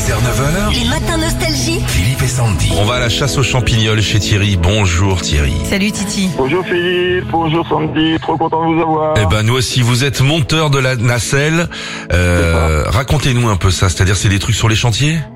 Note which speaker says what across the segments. Speaker 1: 6h-9h,
Speaker 2: Les matins nostalgie.
Speaker 1: Philippe et Sandy.
Speaker 3: On va à la chasse aux champignols chez Thierry. Bonjour Thierry.
Speaker 4: Salut Titi.
Speaker 5: Bonjour Philippe, bonjour Sandy, trop content de vous avoir.
Speaker 3: Eh ben nous aussi, vous êtes monteur de la nacelle. Euh, Racontez-nous un peu ça. C'est-à-dire, c'est des trucs sur les chantiers ben-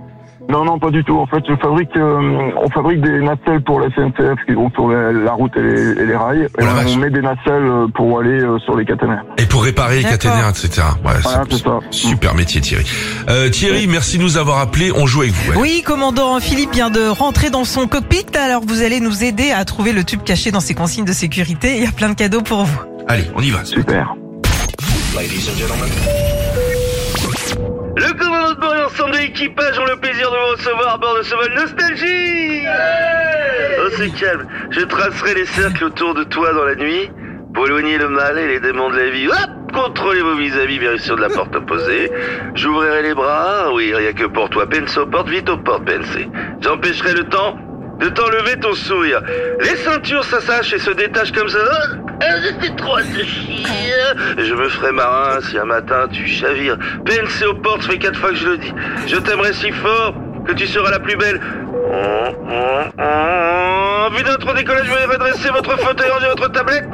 Speaker 5: Non, non, pas du tout. En fait, je fabrique, euh, on fabrique des nacelles pour la SNCF qui vont sur la, la route et les, et les rails.
Speaker 3: Oh
Speaker 5: et
Speaker 3: la
Speaker 5: on
Speaker 3: vache.
Speaker 5: met des nacelles euh, pour aller euh, sur les caténaires.
Speaker 3: et pour réparer les
Speaker 4: D'accord.
Speaker 3: caténaires, etc. Ouais,
Speaker 5: Voilà,
Speaker 3: c'est-
Speaker 5: c'est ça.
Speaker 3: Super métier Thierry. Euh, Thierry, merci de nous avoir appelés. On joue avec vous. ouais.
Speaker 4: Oui, commandant Philippe vient de rentrer dans son cockpit, alors vous allez nous aider à trouver le tube caché dans ses consignes de sécurité. Il y a plein de cadeaux pour vous.
Speaker 3: Allez, on y va.
Speaker 5: Super.
Speaker 6: Le commandant de bord et l'ensemble de l'équipage ont le plaisir de vous recevoir à bord de ce vol Nostalgie Oh, c'est calme. Je tracerai les cercles autour de toi dans la nuit pour éloigner le mal et les démons de la vie. Hop Contrôlez vos vis-à-vis, bien sûr, de la porte opposée. J'ouvrirai les bras. Ah Oui, rien que pour toi. Pense aux portes, vite aux portes, Pense. J'empêcherai le temps de t'enlever ton sourire. Les ceintures s'assachent et se détachent comme ça. Ah, ah, C'était trop à ce chier. Je me ferai marin si un matin tu chavires. PNC aux portes, ça fait quatre fois que je le dis. Je t'aimerai si fort que tu seras la plus belle. Oh, oh, oh. En vue d'un trop décollage, je vais redresser votre fauteuil, ranger votre tablette.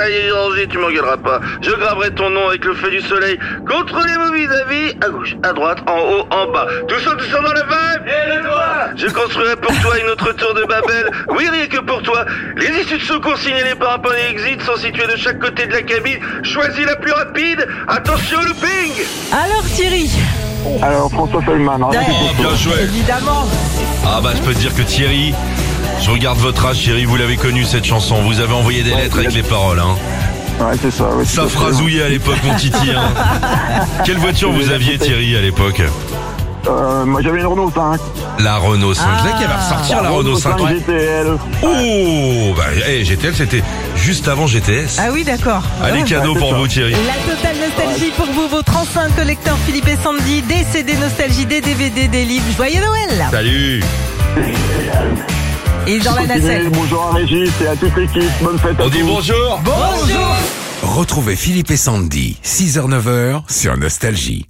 Speaker 6: Allez, ranger, tu m'engueuleras pas. Je graverai ton nom avec le feu du soleil. Contrôlez vos vis-à-vis, à gauche, à droite, en haut, en bas. Tous ceux qui sont dans le vibe Et le doigt Je construirai pour toi une autre tour de Babel. Oui, rien que pour toi. Les issues de secours signalées par un et exit sont situées de chaque côté de la cabine. Choisis la plus rapide. Attention, le ping
Speaker 4: Alors Thierry,
Speaker 5: Alors, François Feynman, hein,
Speaker 4: Ouais.
Speaker 3: Oh, bien joué.
Speaker 4: évidemment,
Speaker 3: Ah bah je peux te dire que Thierry, je regarde votre âge Thierry, vous l'avez connu cette chanson. Vous avez envoyé des lettres avec les paroles. Hein.
Speaker 5: ouais, c'est ça. ouais,
Speaker 3: Ça
Speaker 5: tout à fait.
Speaker 3: frasouillait à l'époque mon Titi. hein. Quelle voiture vous aviez Thierry à l'époque
Speaker 5: Euh, moi, j'avais une Renault 5.
Speaker 3: La Renault 5.
Speaker 4: Ah.
Speaker 3: Je sais qu'elle va ressortir la Renault 5.
Speaker 5: GTL.
Speaker 3: Oh bah, eh, GTL c'était juste avant GTS.
Speaker 4: ah bah, oui d'accord.
Speaker 3: Allez cadeau pour vous Thierry.
Speaker 4: La totale nostalgie pour vous, votre enceinte collecteur Philippe et Sandy, des CD nostalgie, des DVD, des livres. Joyeux Noël
Speaker 3: Salut
Speaker 4: Et dans la
Speaker 5: Continuez,
Speaker 4: nacelle.
Speaker 5: Bonjour à Régis et à toute l'équipe. Bonne fête à
Speaker 3: On dit
Speaker 5: tous.
Speaker 3: bonjour
Speaker 4: Bonjour
Speaker 1: Retrouvez Philippe et Sandy, 6h-9h sur Nostalgie.